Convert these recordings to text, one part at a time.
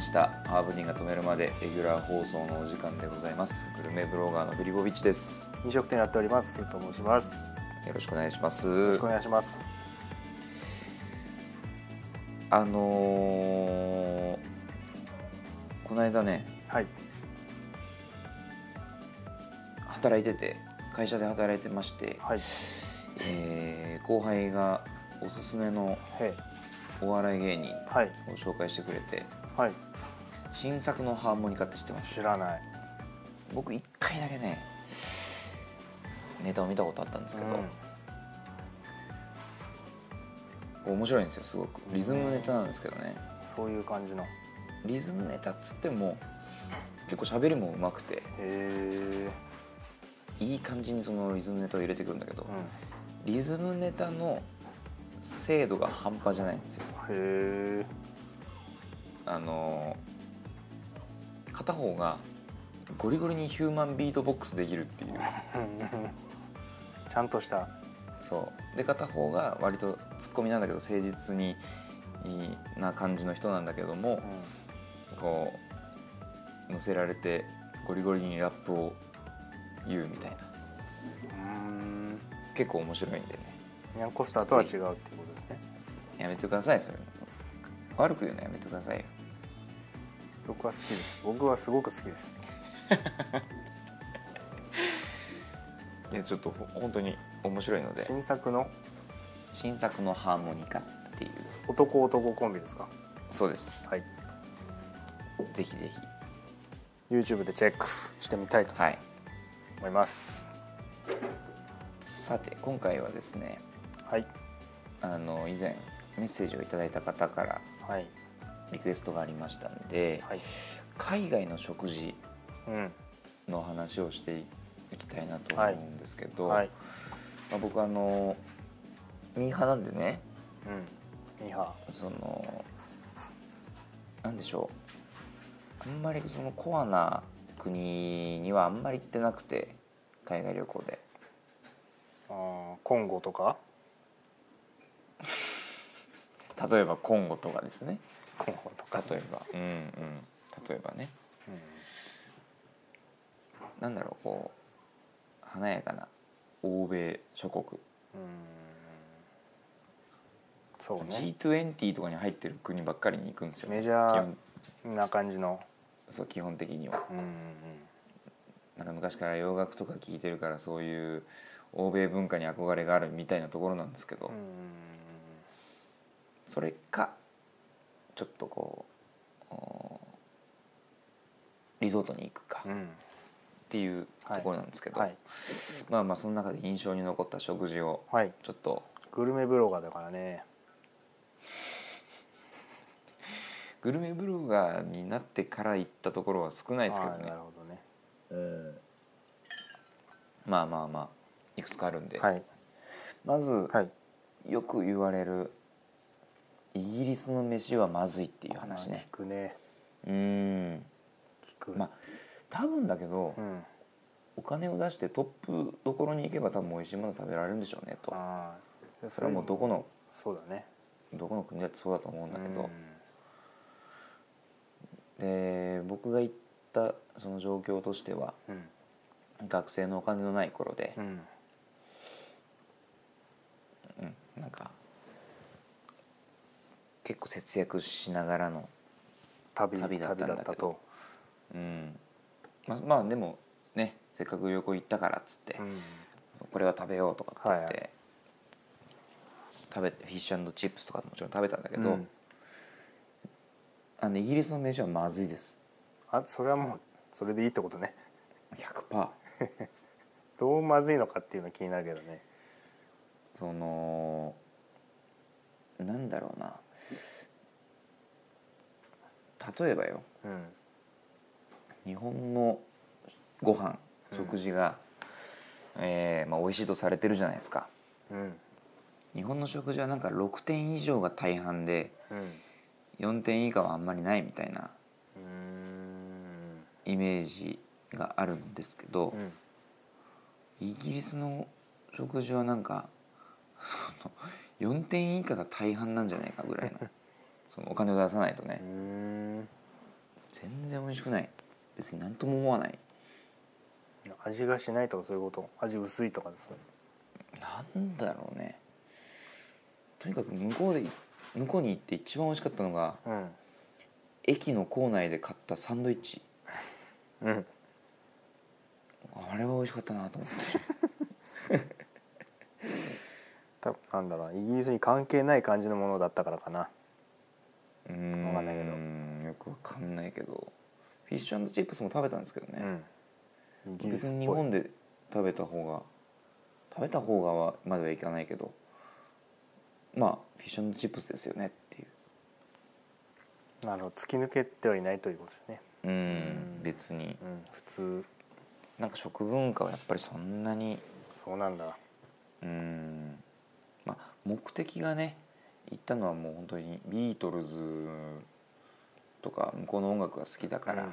したハーブニーが止めるまでレギュラー放送のお時間でございますグルメブロガーのビリボビッチです飲食店やっております瀬と申しますよよろしくお願いしますろしくお願いしますあのーこの間ねはい働いてて会社で働いてまして、はいえー後輩がおすすめのへお笑い芸人はいを紹介してくれてはい新作のハーモニカって知ってます知らない僕一回だけねネタを見たことあったんですけど、面白いんですよすごくリズムネタなんですけどねそういう感じのへリズムネタっつっても結構喋りもうまくてえいい感じにそのリズムネタを入れてくるんだけど、うリズムネタの精度が半端じゃないんですよんへえあの片方がゴリゴリにヒューマンビートボックスできるっていう ちゃんとしたそうで片方が割とツッコミなんだけど誠実にいいな感じの人なんだけどもうんこう乗せられてゴリゴリにラップを言うみたいなうーん結構面白いんでねニャンコスターとは違うっていうことですねやめてくださいそれ悪く言うのやめてくださいよ僕は好きです僕はすごく好きですいやちょっとほ本当に面白いので新作の新作のハーモニカっていう男男コンビですかそうですはいぜひぜ YouTube でチェックしてみたいとひはい思いますさて今回はですねはいあの以前メッセージをいただいた方からはいリクエストがありましたんではい海外の食事うんの話をしていきたいなと思うんですけど、はいまあ、僕あのミーハーなんでねうんミハそのなんでしょうあんまりそのコアな国にはあんまり行ってなくて海外旅行であーコンゴとか例えばコンゴとかですねコンゴとか、例えばうんうん例えばねうんなんだろうこう華やかな欧米諸国、そうね G20 とかに入ってる国ばっかりに行くんですよメジャー基本な感じのそう基本的にはうんうんなんか昔から洋楽とか聴いてるからそういう欧米文化に憧れがあるみたいなところなんですけど、うんうんそれかちょっとこうおリゾートに行くかうっんていうところなんですけど、はいまあまあその中で印象に残った食事をはいちょっとグルメブロガーだからねグルメブロガーになってから行ったところは少ないですけどあーねなるほどねまあまあまあいくつかあるんで、はいまずはいよく言われるイギリスの飯はまずいっていう話まあね聞くねうん聞くまあ多分だけど、うんお金を出してトップどころに行けば多分美味しいもの食べられるんでしょうねとあーそれはもうどこのそうだねどこの国だってそうだと思うんだけうどん、で僕が行ったその状況としてはうん学生のお金のない頃でう、んうんなんか結構節約しながらの、旅旅旅だだったんだっけどたとうん、ままあでもねせっかく旅行行ったからっつって、うんこれは食べようとかって言って、はいは食べフィッシュチップスとかもちろん食べたんだけど、うんあのイギリスの飯はまずいですあそれはもうそれでいいってことね100%どうまずいのかっていうの気になるけどねそのなんだろうな例えばようん日本のご飯うん食事が、えーまあ、美味しいとされてるじゃないですかうん日本の食事はなんか6点以上が大半でうん4点以下はあんまりないみたいなうーんイメージがあるんですけどう、んイギリスの食事はなんか その4点以下が大半なんじゃないかぐらいのそのお金を出さないとねうーん全然美味しくない別に何とも思わない味がしないとかそういうこと味薄いとかですよなんだろうねとにかく向こうで向こうに行って一番美味しかったのがうん駅の構内で買ったサンドイッチうんあれは美味しかったなと思って多分なんだろうなイギリスに関係ない感じのものだったからかなうー わかんないけどんよくわかんないけどフィッシュチップスも食べたんですけどうね、んイギリ別スっに日ぽい本で食べた方が食べた方がはまではいかないけどまあフィッシュチップスですよねっていうなるほど突き抜けてはいないということですねうんうん別にうん普通なんか食文化はやっぱりそんなにそうなんだうんまあ目的がね行ったのはもう本当にビートルズとか向こうの音楽が好きだから、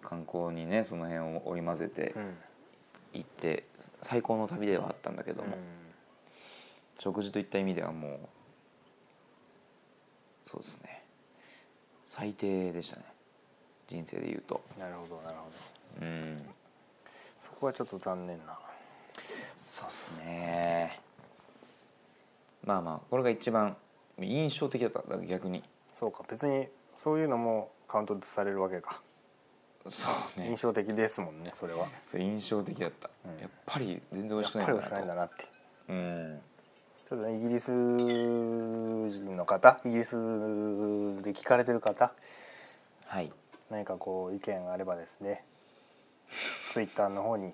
観光にねその辺を織り交ぜてうんうん行って最高の旅ではあったんだけども、食事といった意味ではもうそうですね最低でしたね人生で言うとうんなるほどなるほどうんそこはちょっと残念なそうっすねまあまあこれが一番印象的だっただから逆にそうか別にそういうのもカウントされるわけかそう印ね象的ですもんねそれはそう印象的だった、うんやっぱり全然美や味しっくぱなりいん美味しくないんだななってとうんちょっとねイギリス人の方イギリスで聞かれてる方はい何かこう意見あればですねツイッターの方に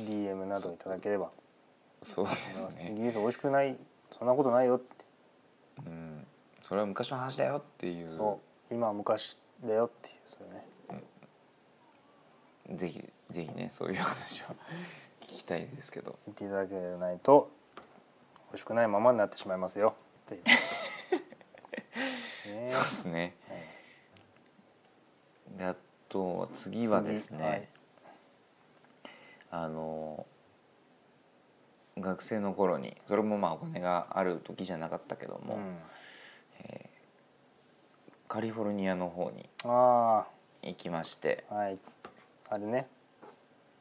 DM などいただければそうであのすイねギリス美味しくないそんなことないよってうんそれは昔の話だよっていうそう今は昔だよっていうそれねぜひぜひねそういう話は聞きたいですけど言っていただけないと美味しくないままになってしまいますよ っていうねそうですねはいであとは次はです次はいねあの学生の頃にそれもまあお金がある時じゃなかったけども、うんカリフォルニアの方にあ行きましてあはいあれね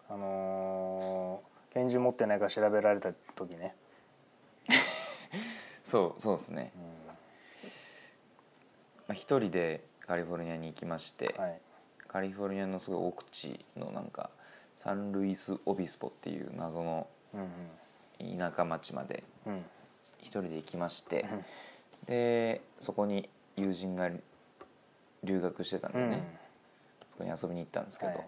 あのー拳銃持ってないか調べられた時ね、そうそうですねう、まあ、一人でカリフォルニアに行きまして、ん、はいカリフォルニアのすごい奥地のなんかサンルイス・オビスポっていう謎のうん田舎町までうんうん一人で行きましてでそこに友人が留学してたんでうね、んそこに遊びに行ったんですけど、はい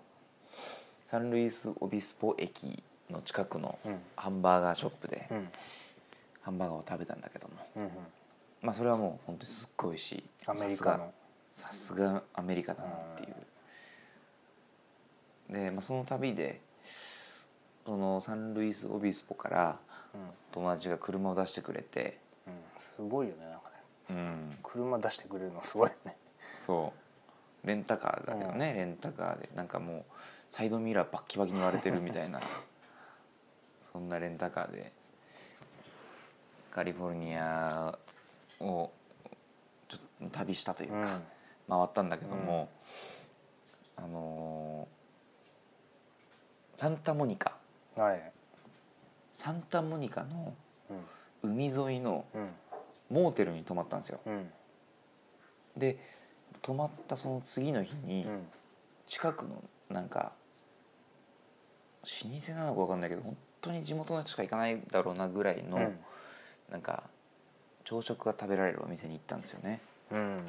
サンルイス・オビスポ駅の近くのうんハンバーガーショップでうんハンバーガーを食べたんだけども、うんうんまあ、それはもう本当にすっごい美味しいアメリカのさすがさすがアメリカだなっていう、で、まあ、その旅でそのサンルイス・オビスポからうん友達が車を出してくれて、うんすごいよねなんかねうん、車出してくれるのすごいよねそうレンタカーだけどね、レンタカーでなんかもうサイドミラーバッキバキに割れてるみたい なそんなレンタカーでカリフォルニアをちょっと旅したといううか、ん回ったんだけども、あのーサンタモニカはいサンタモニカのうん海沿いのうんモーテルに泊まったんですよ。うんで泊まったその次の日に、うん近くのなんか老舗なのか分かんないけど本当に地元の人しか行かないだろうなぐらいの、うんなんか朝食が食べられるお店に行ったんですよねうん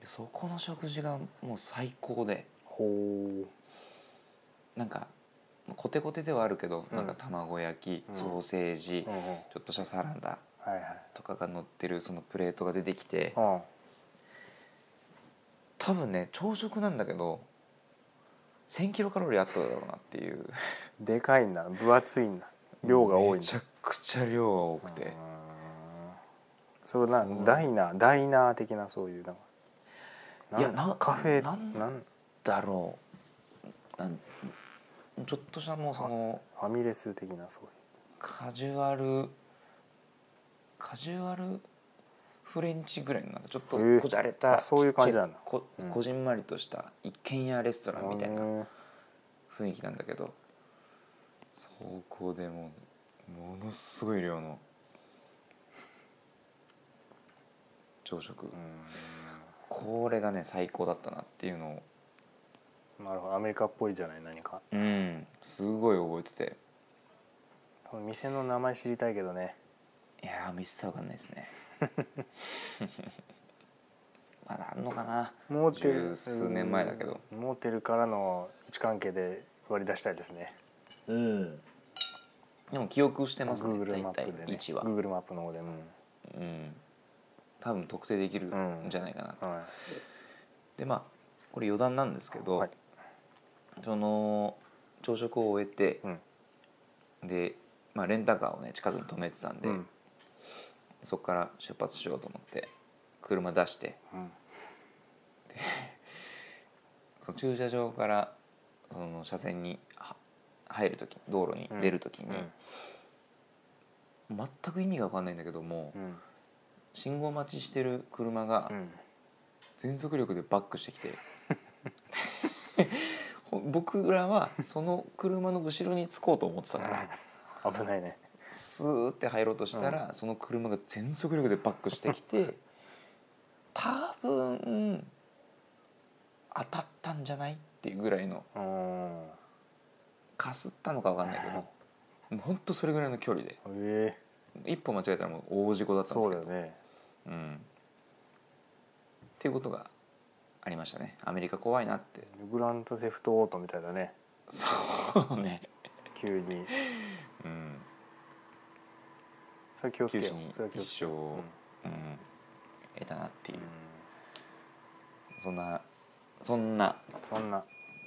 でそこの食事がもう最高でほなんかコテコテではあるけど、うんなんか卵焼きうんソーセージ、ううんうんちょっとしたサラダはいとかが乗ってるそのプレートが出てきてはい多分ね朝食なんだけど1,000キロカロリーあっただろうなっていううんでかいんだ分厚いんだ量が多いんめだちゃくちゃ量が多くて。うーんそれなそうダイナーダイナー的なそういうなんかいやなんなカフェなんなんだろうなんちょっとしたもうそのファミレス的なそういうカジュアルカジュアルフレンチぐらいのなんかちょっとへーこじゃれたあそういう感じなんだちっちゃいこうんこじんまりとした一軒家レストランみたいなうん雰囲気なんだけどそこでもうものすごい量の朝食、これがね最高だったなっていうのをなるほどアメリカっぽいじゃない何かうんすごい覚えてこの店の名前知りたいけどねていやーめっちゃわかんないですね まだあんのかなモーテル十数年前だけどうんモーテルからの位置関係で割り出したいですねうんでも記憶してますね Google マ大ッ体プで位ね置は Google マップの方でうんうん多分特定できるんじゃないかな、はでまあこれ余談なんですけいど、はいその朝食を終えてう、んで、まあ、レンタカーをね近くに止めてたんで、うんそこから出発しようと思って車出してうんその駐車場からその車線には入る時道路にうん出る時に、全く意味が分かんないんだけども、うんうん信号待ちしてる車がうん全速力でバックして きて。ほ僕らはその車の後ろにつこうと思ってたから危ないねスーって入ろうとしたら、その車が全速力でバックしてきて多分当たったんじゃないっていうぐらいのうんかすったのかわかんないけどもうほんとそれぐらいの距離でええ一歩間違えたらもう大事故だったんですそうけだどよねうん、っていうことがありましたねアメリカ怖いなってルグラントセフトオートみたいだねそうね、急にうん、それ気をつ九け死よにうそれは気をつけ一生、よううん、得たなっていううんそんなそんなそんな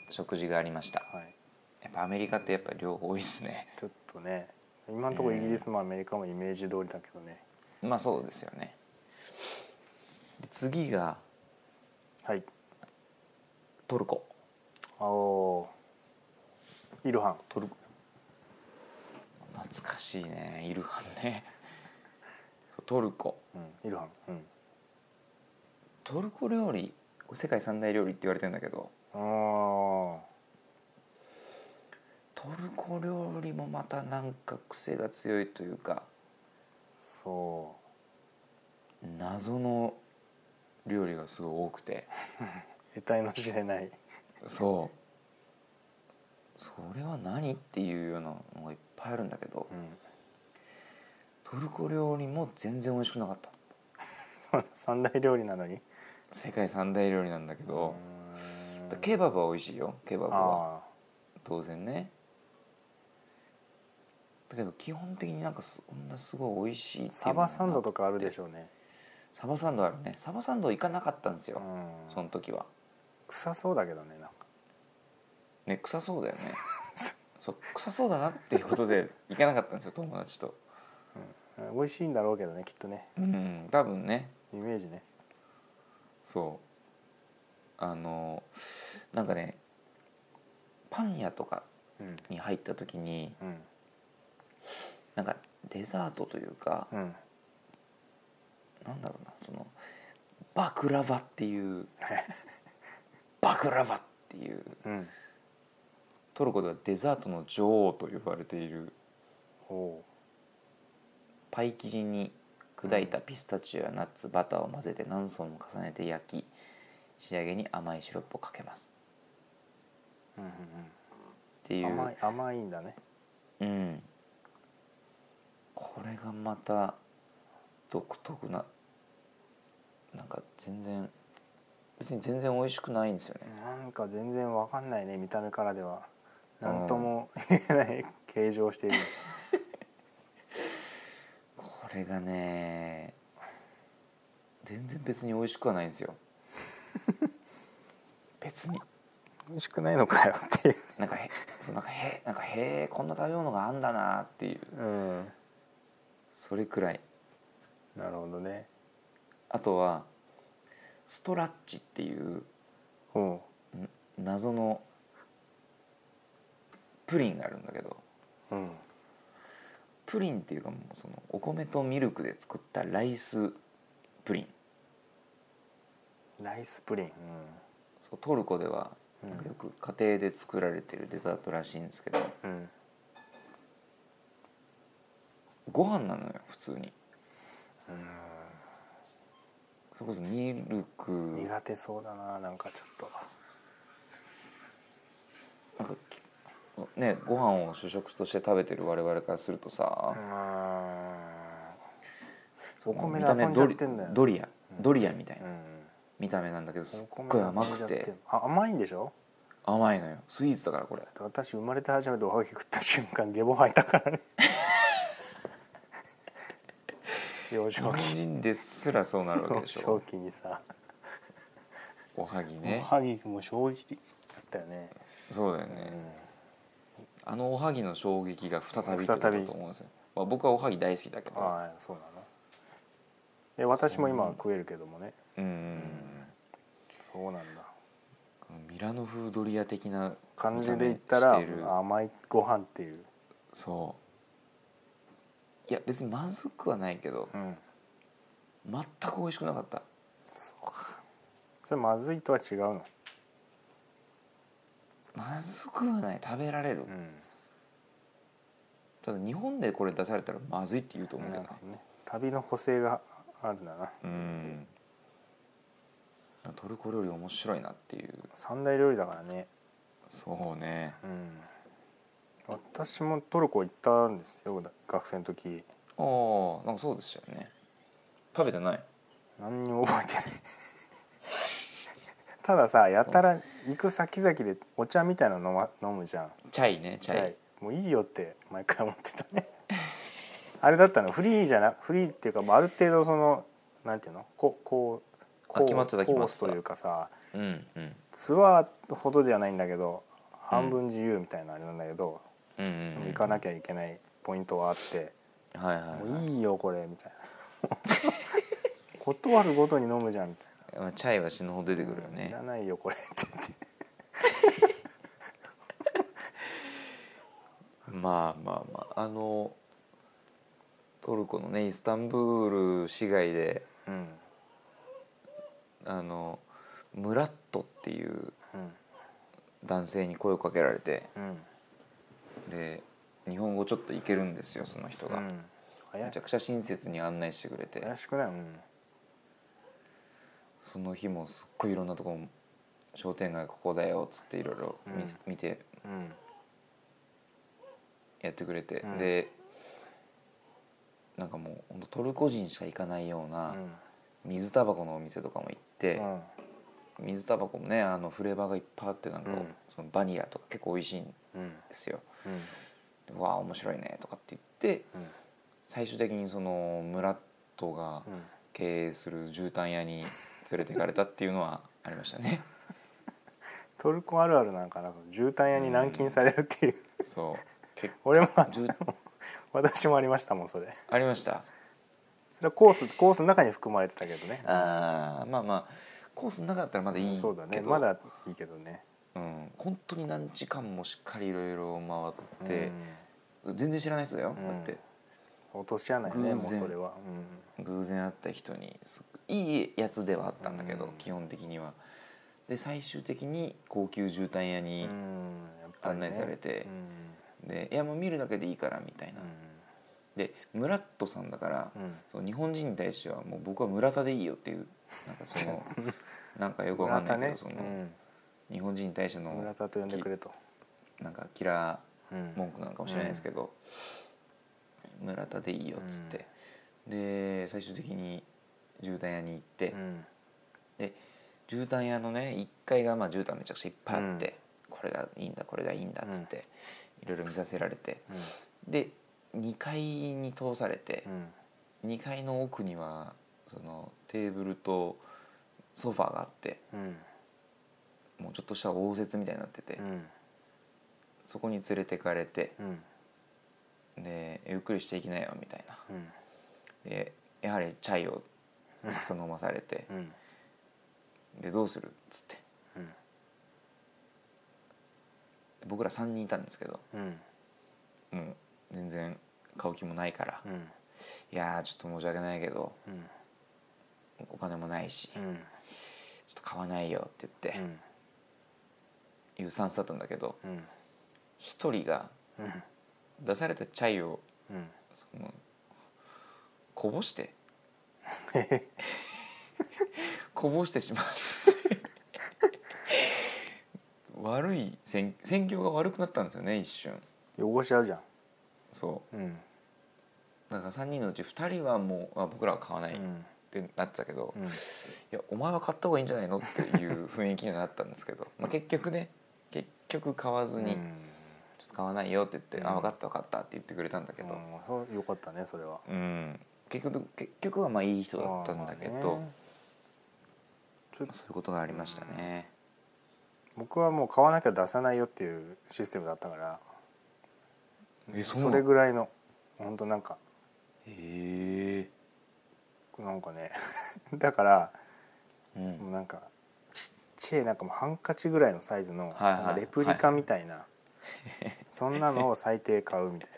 食事がありましたはいやっぱアメリカってやっぱり量多いですねちょっとね今のところイギリスもアメリカもイメージ通りだけどねまあそうですよねで次がはいトルコあおーイルハントルコ懐かしいねイルハンねそうトルコうんイルハントルコ料理これ世界三大料理って言われてるんだけどうんあトルコ料理もまたなんか癖が強いというかーそ謎の料理がすごい多くてう得体の知れないそうそれは何っていうようなのがいっぱいあるんだけど、うんトルコ料理も全然美味しくなかったそう三大料理なのに世界三大料理なんだけど、うやっーぱんケバブは美味しいよケバブはあ当然ねだけど基本的になんかそんなすごい美味しいっていうーサバサンドととかあるでしょうねサバサンドあるねサバサンド行かなかったんですうよ、そのん時は臭そうだけどねなんかね臭そうだよね そう臭そうだなっていうことで 行かなかったんですよ友達とうん美味しいんだろうけどねきっとねうん多分ねイメージねそうあのなんかねパン屋とかうんに入った時にうんなんかデザートというか、うんなんだろうなそのバクラバっていう バクラバっていううんトルコではデザートの女王と呼ばれているおうパイ生地に砕いたピスタチオやナッツバターを混ぜて何層も重ねて焼き仕上げに甘いシロップをかけますうんうんってういん甘うい、甘いんだねうん、これがまた独特ななんか全然別に全然美味しくないんですよねなんか全然わかんないね見た目からではなんとも言えない形状をしているこれがね全然別に美味しくはないんです よ別に美味しくないのかよっていうなんかへそうなんかへなんかへえこんな食べ物があんだなっていううんそれくらいなるほどねあとはストラッチっていううんん謎のプリンがあるんだけどうんプリンっていうかもうそのお米とミルクで作ったライスプリンライスプリン、そうトルコではうんなんかよく家庭で作られてるデザートらしいんですけどうんうん、ご飯なのよ普通にそれこそミルク苦手そうだななんかちょっとなんかねご飯を主食として食べてる我々からするとさう、ーんおお米で遊んじゃってんだよ、ドリアドリアみたいな、うん、見た目なんだけどすおっごい米で甘遊んじくゃっててんあ甘いんでしょ甘いのよスイーツだからこれだって私生まれて初めておはぎ食った瞬間下ボ吐いたか らね幼日少本期人ですらそうなるわけ幼で し少ょ期にさ、おはぎおねはぎも正直だったよね、そうだようね、んあのおはぎの衝撃が再びってこと再びだと思うんですよ、まあ、僕はおはぎ大好きだけどああそうなので私も今は食えるけどもね、うんうんそうなんだうんミラノ風ドリア的な感じで言っ見たたら目してる甘いご飯っていう、そういや別にまずくはないけどうん、全く美味しくなかったそうかそれまずいとは違うの、まずくはない食べられる、うただ日本でこれ出されたらまずいって言うと思ん、うけなどねるほどね旅の補正があるんだなうんトルコ料理面白いなっていう三大料理だからね、そうねうん、私もトルコ行ったんですよだ学生の時ああなんかそうでしたよね食べてない何にも覚えてない たださやたら行く先々でお茶みたいなの飲,、ま、飲むじゃんチャイねチャイもういいよって毎回思ってたねあれだったのフリーじゃなフリーっていうかまあある程度そのなんていうのここうこう決まってた決まってたコースというかさうんうんツアーほどではないんだけど半分自由みたいなあれなんだけど、うんうんうん行かなきゃいけないポイントはあってはいはい「はい、もういいよこれ」みたいな断るごとに飲むじゃんみたいな。まあ、チャイは死ぬほど出てくるよいねら、ないよこれって言ってまあまあまああのトルコのねイスタンブール市街でうんあのムラットっていううん男性に声をかけられてうんで日本語ちょっといけるんですよその人うが、ん早めいちゃくちゃ親切に案内してくれて怪しくないうんその日もすっごいいろんなとこ商店街ここだよっつっていろいろ見,、うん見てうんやってくれて、うんでなんかもうほんとトルコ人しか行かないよううな、ん水タバコのお店とかも行って、うん水タバコもねあのフレーバーがいっぱいあってなんか、うんそのバニラとか結構美味しいんでうんすよ。うんでわあ面白いねとかって言ってうん最終的にその村とがうん経営する絨毯屋に連れて行かれたっていうのはありましたね。トルコあるあるなんかな絨毯屋に軟禁されるっていう、そう結俺も構絨私もありましたもんそれありましたそれはコースコースの中に含まれてたけどねあーまあまあコースの中だったらまだいいけどそうだねまだいいけどねうん、本当に何時間もしっかりいろいろ回って、全然知らない人だよ、うんだってうん落とし穴やね偶もう然それは、偶然会った人にすいいやつではあったんだけど、うん基本的にはで最終的に高級絨毯屋うんに、うんやっぱりね案内されてうんでいやもう見るだけでいいからみたいな、でムラットさんだから、うんうんその日本人に対してはもう僕は村田でいいよっていうなんかそ のなんかよくわかんないけど、その、日本人に対してうん、村の田と呼んでくれと、なんかキラーうん文句なのかもしれないですけど、村田でいいよっつって、で最終的に絨毯屋に行って、うんで絨毯屋のね1階がまあ絨毯めちゃくちゃいっぱいあって、これがいいんだこれがいいんだっつって、いろいろ見させられてうんで2階に通されてう、ん2階の奥にはそのテーブルとソファーがあってうんもうちょっとした応接みたいになってて、うんそこに連れてかれて、うんでゆっくりしていきなよみたいな。うんでやはりチャイをたくさん飲まされてうん「でどうする?」っつってうん僕ら3人いたんですけどうんもう全然買う気もないからうん「いやーちょっと申し訳ないけどうんお金もないし、ちうょんっと買わないよって言うって、んいうスタンスだったんだけどうん一人がうん出されたチャイをうんそのこぼして こぼしてしまう悪い 戦戦況が悪くなったんですよね一瞬汚しちゃうじゃんそうんうだから3人のうち2人はもうあ僕らは買わなういっんてなってたけど、ういんやお前は買った方がいいんじゃないのっていう雰囲気にはなったんですけど、まあ、結局ね結局買わずに、うんちょっと買わないよって言って「うんあ分かった分かった」って言ってくれたんだけど、うんそうよかったねそれはうん、結局結局はまあいい人だったんだけど、まあねちょっとそういうことがありましたね。僕はもう買わなきゃ出さないよっていうシステムだったからえそれぐらいの本当なんかへなんかね だからえ。うんもうなんかちっちゃいなんかもうハンカチぐらいのサイズはのいはいなんかレプリカみたいな、そんなのを最低買うみたいな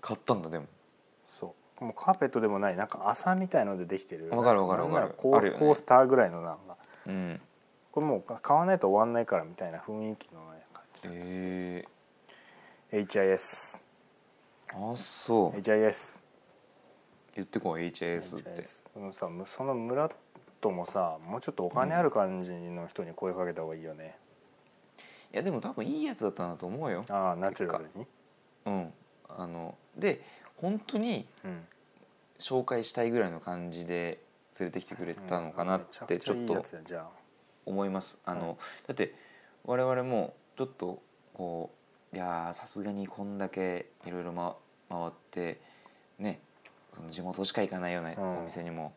買ったんだでも。そうもうカーペットでもないなんか麻みたいのでできてるわかるわかるなんならわかるコーあるよねコースターぐらいのなんかうん。これもう買わないと終わんないからみたいな雰囲気のね感じでへえ。 HIS あそう。 HIS 言ってこい HIS って。そのさむその村ともさもうちょっとお金ある感じの人に声かけた方がいいよね、いやでも多分いいやつだったなと思うよ。ああナチュラルにうん。あので本当にうん紹介したいぐらいの感じで連れてきてくれたのかなっうんてめちょゃくゃいっいやとつやんじゃあ思います。あうのだって我々もちょっとこういやーさすがにこんだけいろいろま回ってねその地元しか行かないようなうんお店にも、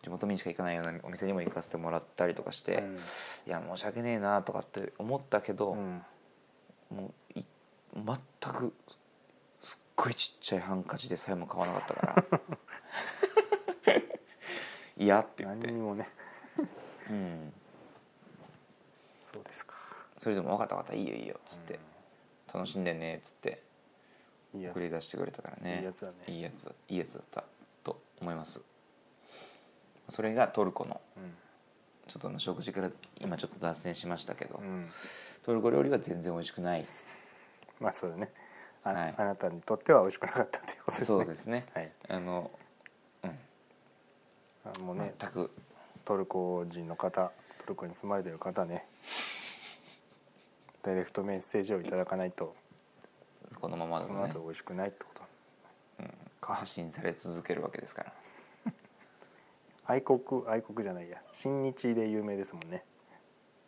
地元民しか行かないようなお店にも行かせてもらったりとかして、いや申し訳ねえなとかって思ったけうど、んもうい全くすっごいちっちゃいハンカチでさえも買わなかった から 「いや」って言っ何て、にもねうん、そうですかそれでも「分かった分かったいいよいいよ」っつって。うん楽しんでねっつっていいや送つり出してくれたからねいいやつだねいいやついいやつだったと思いますそれがトルコのちょっとあの食事から今ちょっと脱線しましたけど、うん、うん、トルコ料理は全然美味しくないまあそうだねあ,、はいあなたにとっては美味しくなかったっていうことですねそうですねはいあの、うんあもうね全くトルコ人の方トルコに住まれてる方ねダイレクトメッセージをいただかないとこのままだことのね後美味しくないってこと発信され続けるわけですから愛国愛国じゃないや親日で有名ですもんね、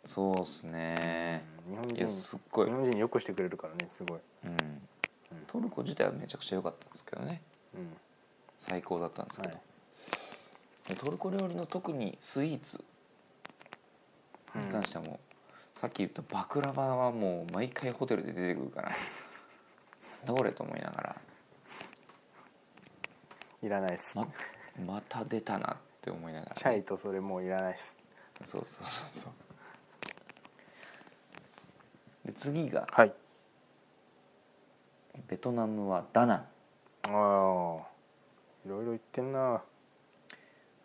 そうっすねうんい日や本人すっごい、日うん、本人よくしてくれるからねすごい、うんトルコ自体はめちゃくちゃ良かったんですけどねうん最高だったんですけど、はいでトルコ料理の特にスイーツうんに関してはもうさっき言ったバクラバはもう毎回ホテルで出てくる からなんだこれと思いながらいらないっ す、ままた出たなって思いながら、チャイとそれもういらないっすそうそうそうそうで次がはいベトナムはダナンああいろいろ言ってんな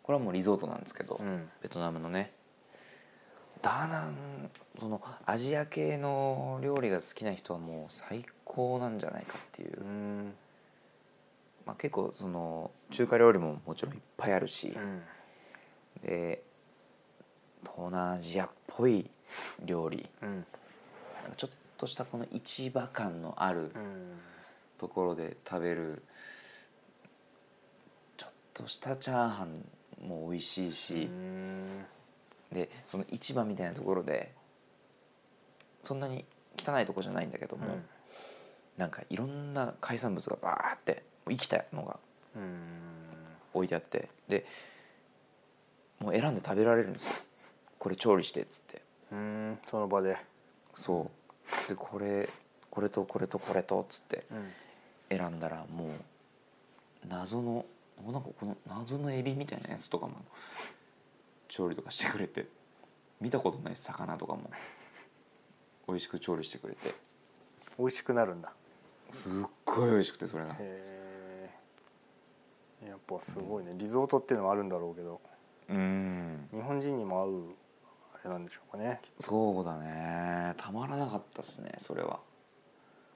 これはもうリゾートなんですけど、うんベトナムのねダナンそのアジア系の料理が好きな人はもう最高なんじゃないかっていうう、んまあ、結構その中華料理ももちろんいっぱいあるし、うんで東南アジアっぽい料理うんなんかちょっとしたこの市場感のあるうんところで食べるちょっとしたチャーハンも美味しいし、うんでその市場みたいなところでそんなに汚いとこじゃないんだけども、なんかいろんな海産物がバーって生きたのがうん置いてあってでもう選んで食べられるんですよこれ調理してっつってうんその場でそうでこれこれとこれとこれとっつってうん選んだらもう謎のもうなんかこの謎のエビみたいなやつとかも調理とかしてくれて見たことない魚とかも美味しく調理してくれて美味しくなるんだすっごい美味しくてそれがへやっぱすごいねリゾートっていうのはあるんだろうけどうん日本人にも合うあれなんでしょうかねきっとそうだねたまらなかったですねそれは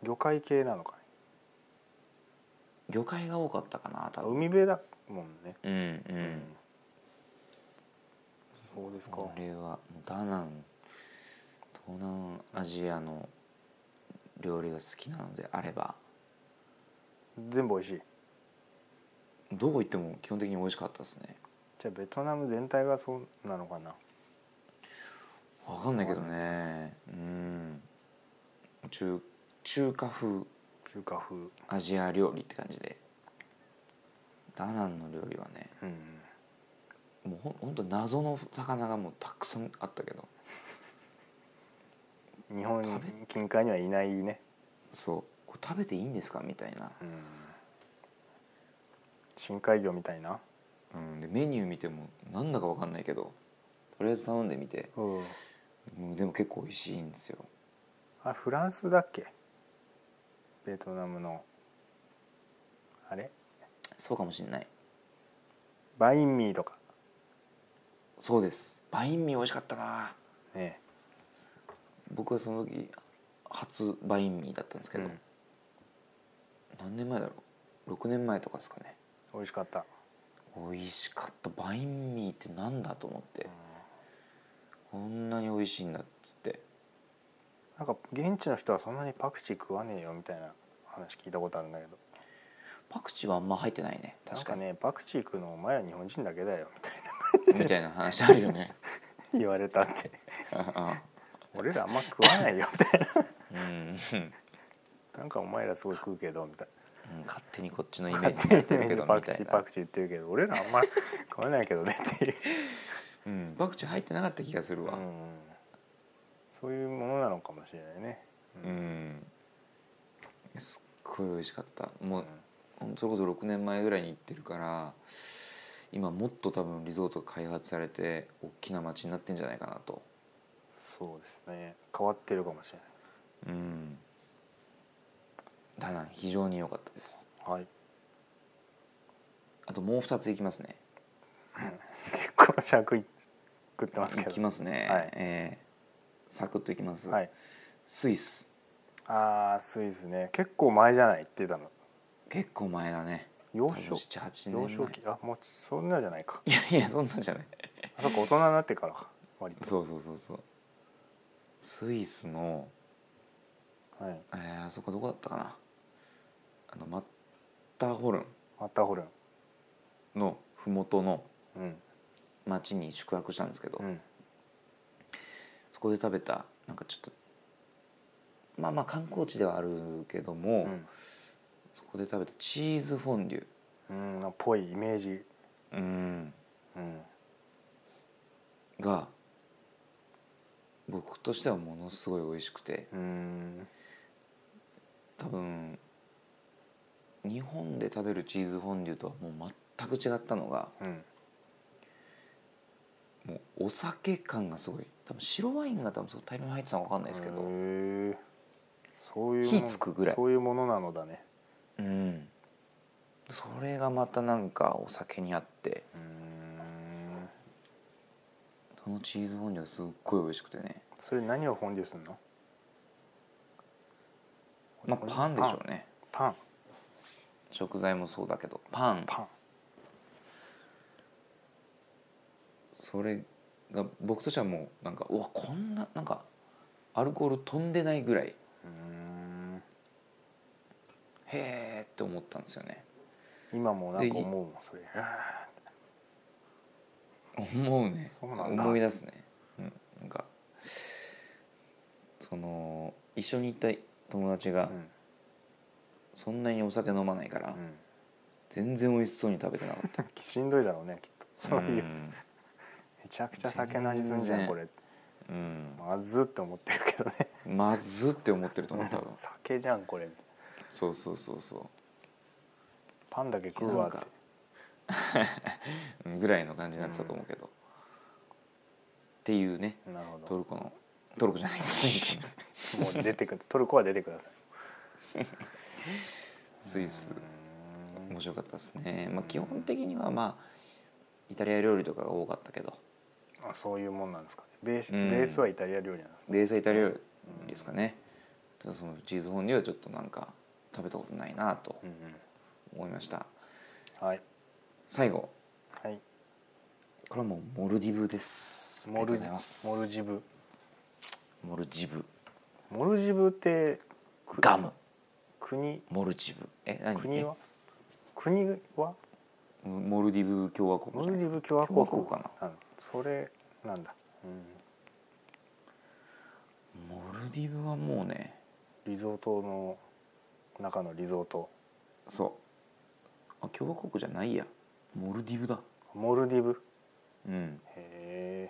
魚介系なのかね魚介が多かったかな多分海辺だもんね、うんううんそうですかこれはダナン東南アジアの料理が好きなのであれば全部美味しいどこ行っても基本的に美味しかったですねじゃあベトナム全体がそうなのかな分かんないけどねうん中中華風中華風アジア料理って感じでダナンの料理はねうんもうほんほんと謎の魚がもうたくさんあったけど日本食近海にはいないね、そうこれ食べていいんですかみたいな、うん、深海魚みたいな、うん、でメニュー見てもなんだか分かんないけどとりあえず頼んでみてうん、うんでも結構美味しいんですよあフランスだっけベトナムのあれそうかもしんないバインミーとかそうですバインミー美味しかったなね僕はその時初バインミーだったんですけど、うん何年前だろう6年前とかですかね美味しかった、美味しかったバインミーってなんだと思ってこんなに美味しいんだっつってなんか現地の人はそんなにパクチー食わねえよみたいな話聞いたことあるんだけどパクチーはあんま入ってないねな確んかかにねパクチー食うのお前ら日本人だけだよみたいみたいな話あるよ ねな言われたってう 俺らあんま食わないよみたいん ななんかお前らすごい食うけどみたいなうん勝手にこっちのイメ勝ージになって手るにけねど パみクたチいーパなクチー言ってるけど俺らあんま食わないけどねっていう、うんパクチー入ってなかった気がする うわん、そういうものなのかもしれないねうん、すっごい美味しかったもうう、それこそ6年前ぐらいに行ってるから今もっと多分リゾートが開発されて大きな街になってんじゃないかなとそうですね変わってるかもしれうんだな非常に良かったですないはい あともう2ついきますね結構尺い食ってますけいどきますね、はいえーサクッといきます、はいスイスあースイスね結構前じゃないって言ったの結構前だね幼少78幼年少前期あもうそんなじゃないかいやいやそんなんじゃないあそっか大人になってからか割とそうそうそうそうスイスのはいえー、あそこどこだったかなあのマッターホルマッターホルンンの麓のうん町に宿泊したんですけど、うんそこで食べたなんかちょっとまあまあ観光地ではあるけども、そこで食べたチーズフォンデュうんうんぽいイメージうんうんが僕としてはものすごい美味しくてうん多分日本で食べるチーズフォンデュとはもう全く違ったのがうんもうお酒感がすごい多分白ワインが多分そう大量に入ってたのか分かんないですけど、へえそういうもん火つくぐらいそういうものなのだねうん、それがまたなんかお酒に合ってうんそのチーズフォンデュはすっごい美味しくてね、それ何をフォンデュするのまあ、パンでしょうねパン食材もそうだけどパンパンそれが僕としてはもうなんかうわこんななんかアルコール飛んでないぐらいうんへーって思ったんですよね今もなんか思うもんそれ思うねそうなんだ思い出すね、うん、なんかその一緒に行った友達うがんそんなにお酒飲まないから、うん全然美味しそうに食べてなか っしんどいだろうねきっとたそういう、んめちゃくちゃ酒の味すんじゃん全然これうんまずって思ってるけどねまずって思ってると思う多分 酒じゃんこれそうそうそうそパンだけ食うわってなんかううんぐらいの感じになってたと思うけど、っていうねなるほトどルコのトルコじゃない スイスもう出てくるトルコは出てくださいスイスうーん面白かったですね、まあ、基本的にはまあイタリア料理とかが多かったけどあそういうもんなんですかねベース、うんベースはイタリア料理なんですねベースはイタリア料理ですかね、ただそのチーズフォンデュはちょっとなんか食べたことないなとうん思いましたうんはい最後はいこれはもうモルディブですモありがとうルございまジすモルジブモルジブモルジブってくガム国モルジブえ何国は国はえモルディブ共和国モじゃルないジですかブ共和国共和国かなのそれなんだ、うん、モルディブはもうねリゾートの中のリゾートそうあ共和国じゃないやモルディブだモルディブうんへえ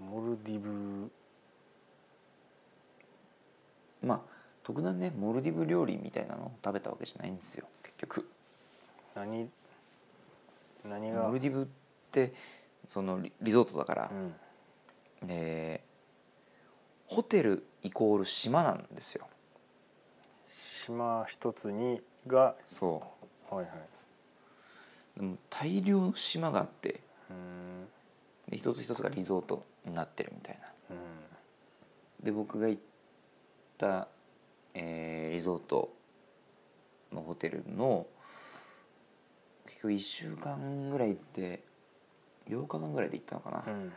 モルディブまあ特段ねモルディブ料理みたいなのを食べたわけじゃないんですよ結局何何がモルディブってそのリリゾートだからう、んでホテルイコール島なんですよ島一つにがそはいはい。うでも大量の島があってうーんで一つ一つがリゾートになってるみたいなうんで僕が行った、えーリゾートのホテルの結局1週間ぐらい行って8日間ぐらいで行ったのかな、うん。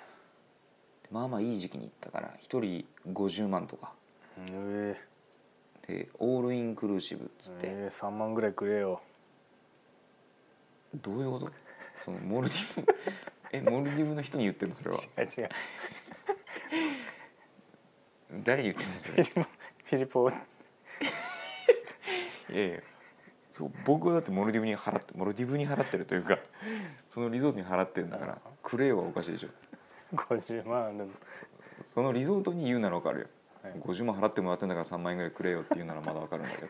まあまあいい時期に行ったから1人50万とかえでオールインクルーシブっつーっ、て、えー、3万ぐらいくれよどういうことそのモルディブえモルディブの人に言ってるのそれは違う違う誰に言ってるのそれフィリポいやいやそう僕はだってモルディブに払ってモルディブに払ってるというかそのリゾートに払ってるんだからクレーはおかしいでしょ50万あるそのリゾートに言うならわかるよ、はい50万払ってもらってんだから3万円ぐらいくれよって言うならまだわかるん だけど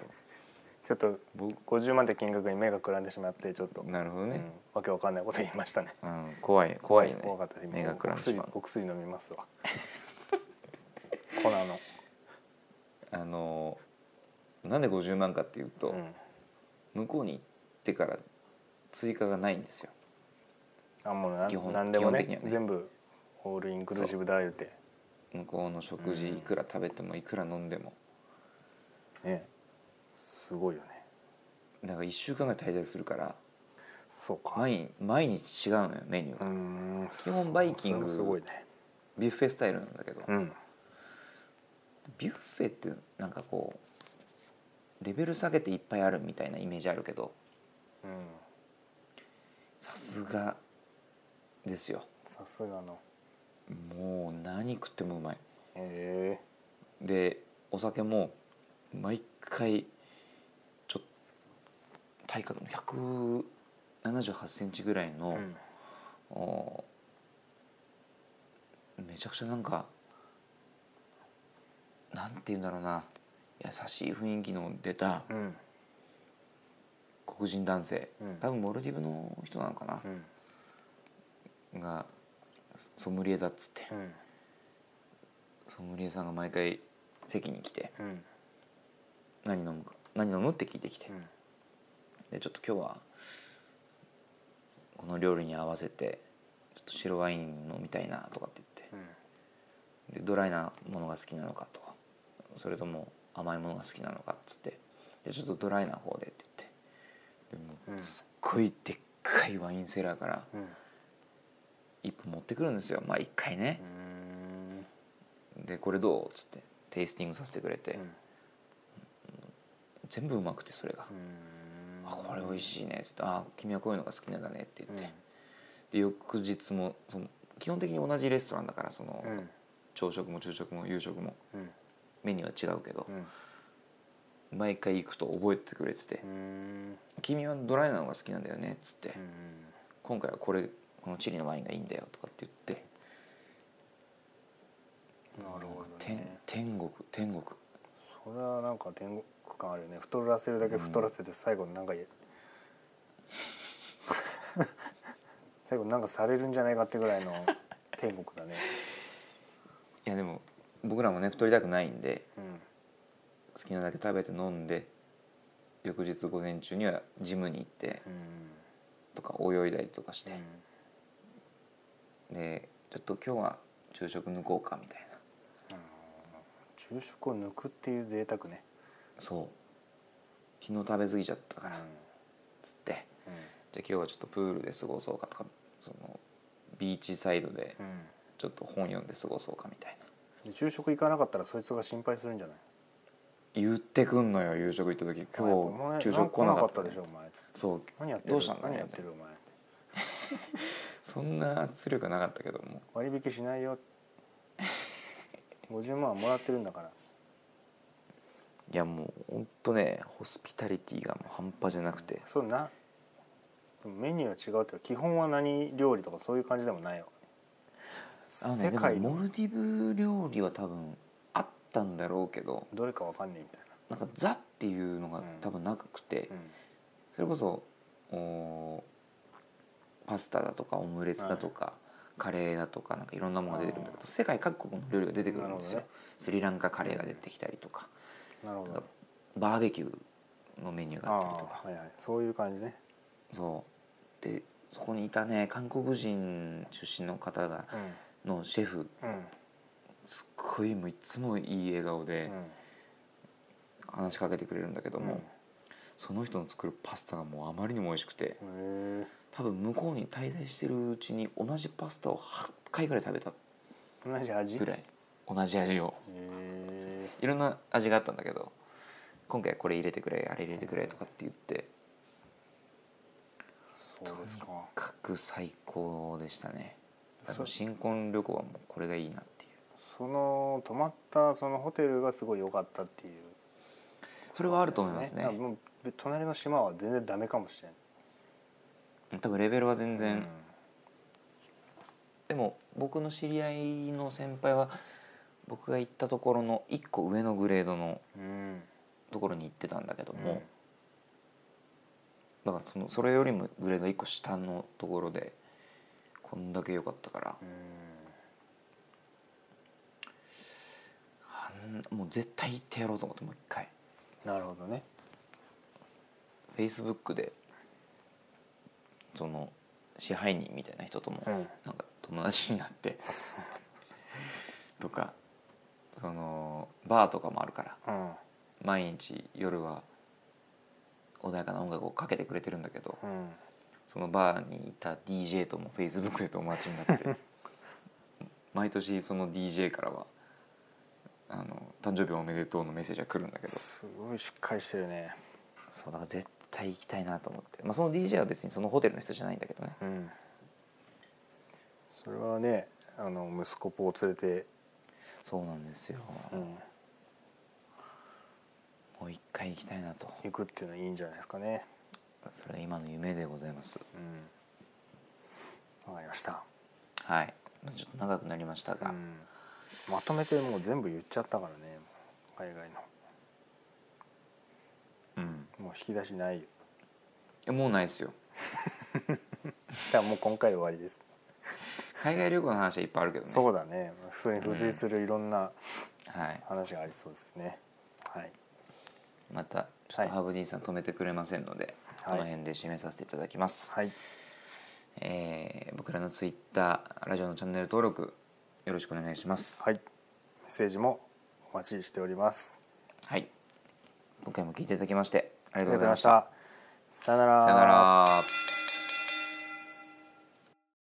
ちょっと僕50万って金額に目がくらんでしまってちょっと、なるほどうねん、、わけわかんないこと言いましたねうん怖い怖いよね怖かったです目がくらんでしまうお薬お薬飲みますわ粉のあのなんで50万かっていうと、うん、向こうに行ってから追加がないんですよあもうな基本何でもね基本的にはね全部オールインクルーシブだ言うて向こうの食事うんいくら食べてもいくら飲んでもねすごいよねだから1週間ぐらい滞在するからそうか毎毎日違うのよメニューうが、ん基本バイキングそれもすごいねビュッフェスタイルなんだけど、うんビュッフェってなんかこうレベル下げていっぱいあるみたいなイメージあるけどうんさすがですよさすがのもう何食ってもうまいえでお酒も毎回ちょっと体格の1 7 8センチぐらいえの、おめちゃくちゃなんかなんて言うんだろうな優しい雰囲気の出たうんうん黒人男性、うん多分モルディブの人なのかなう、んがソムリエだっつって、うんソムリエさんが毎回席に来てうん「何飲むか何飲む?」って聞いてきて、うんでちょっと今日はこの料理に合わせてちょっと白ワイン飲みたいなとかって言ってうんでドライなものが好きなのかとかそれとも甘いものが好きなのかっつってでちょっとドライな方でって言ってでもうんすっごいでっかいワインセラーからうん一本持ってくるんですよまあ一回ねう、んでこれどうっつってテイスティングさせてくれて、うん全部うまくてそれが「うんあこれ美味しいね」っつって「あ君はこういうのが好きなんだね」って言って、うんで翌日もその基本的に同じレストランだからその、うん朝食も昼食も夕食もうんメニューは違うけどう、ん毎回行くと覚えてくれてて、うん君はドライなのが好きなんだよね」っつって、うん今回はこれこのチリのワインがいいんだよ」とかって言ってなるほど天ね天国天国それはなんか天国感あるよね太らせるだけ太らせて最後になんか、 最後になんかされるんじゃないかってぐらいの天国だねいやでも僕らもね太りたくないんでうん好きなだけ食べて飲んで翌日午前中にはジムに行ってうとんか泳いだりとかしてう、んでちょっと今日は昼食抜こうかみたいな昼食を抜くっていう贅沢ねそう昨日食べ過ぎちゃったうからんつってうじゃあ今日はちょっとプールで過ごそうかとかそのビーチサイドでんうんちょっと本読んで過ごそうかみたいなで昼食行かなかったらそいつが心配するんじゃない言ってくんのよ夕食行った時お前お今前日昼食来なかったん来なかったねでしょお前つってそう何やってるどうしたんだ何ろやうっねてるお前ってそんな圧力はなかったけども割引しないよ 50万はもらってるんだからいやもうほんとねホスピタリティがもう半端じゃなくてそうなでもメニューは違うっていうか基本は何料理とかそういう感じでもないよあのね世界でものモルディブ料理は多分あったんだろうけどどれかわかんねえみたなんかザっていうのが多分なくて、いな、それこそおーパスタだとかオムレツだとか、カレーだとかなんかいろんなものが出てくるんだけど世界各国の料理が出てくるんですよ、なるほどねスリランカカレーが出てきたりとか,、うん、なるほど、なんかバーベキューのメニューあがああったりとかはいはいそういう感じね、そうでそこにいたね韓国人出身の方がうんのシェフうんすっごいもういつもいい笑顔うでん話しかけてくれるんだけども、うんその人の作るパスタがもうあまりにも美味しくて。へ多分向こうに滞在してるうちに同じパスタを8回ぐらい食べたえ同じ味ぐらへい同じ味をえいろんな味があったんだけど今回これ入れてくれあれ入れてくれとかって言ってそうですか各最高でしたねあその新婚旅行はもうこれがいいなっていうその泊まったそのホテルがすごい良かったっていうそれはあると思いますねあもう隣の島は全然ダメかもしれない多分レベルは全然、うんでも僕の知り合いの先輩は僕が行ったところの1個上のグレードのうんところに行ってたんだけども、うんだからそのそれよりもグレード1個下のところでこんだけ良かったから、あんもう絶対行ってやろうと思ってもう一回なるほどねフェイスブックでその支配人みたいな人ともうんなんか友達になって とかそのバーとかもあるからうん毎日夜は穏やかな音楽をかけてくれてるんだけどうんそのバーにいた DJ ともフェイスブックで友達になって 毎年その DJ からはあの「誕生日おめでとう」のメッセージが来るんだけどすごいしっかりしてるねそうだから絶対行きたいなと思って、まあ、その DJ は別にそのホテルの人じゃないんだけどねうんそれはねあの息子ぽを連れて、そうなんですよ、うん、もう一回行きたいなと行くっていうのはいいんじゃないですかねそれが今の夢でございますうんわかりました、はいまあちょっと長くなりましたうが、ん、まとめてもう全部言っちゃったからね海外のうんもう引き出しないよえもうないですよじゃあもう今回終わりです、海外旅行の話はいっぱいあるけどねそうだね普通に付随するいろんなはい、話がありそうですねはいまたちょはっいとハーブディーンさん止めてくれませんので、はいこの辺で締めさせていただきます、はいえー僕らのツイッターラジオのチャンネル登録よろしくお願いしますはいメッセージもお待ちしておりますはい、今回も聞いていただきましてありがあとうございましたさよならさよなら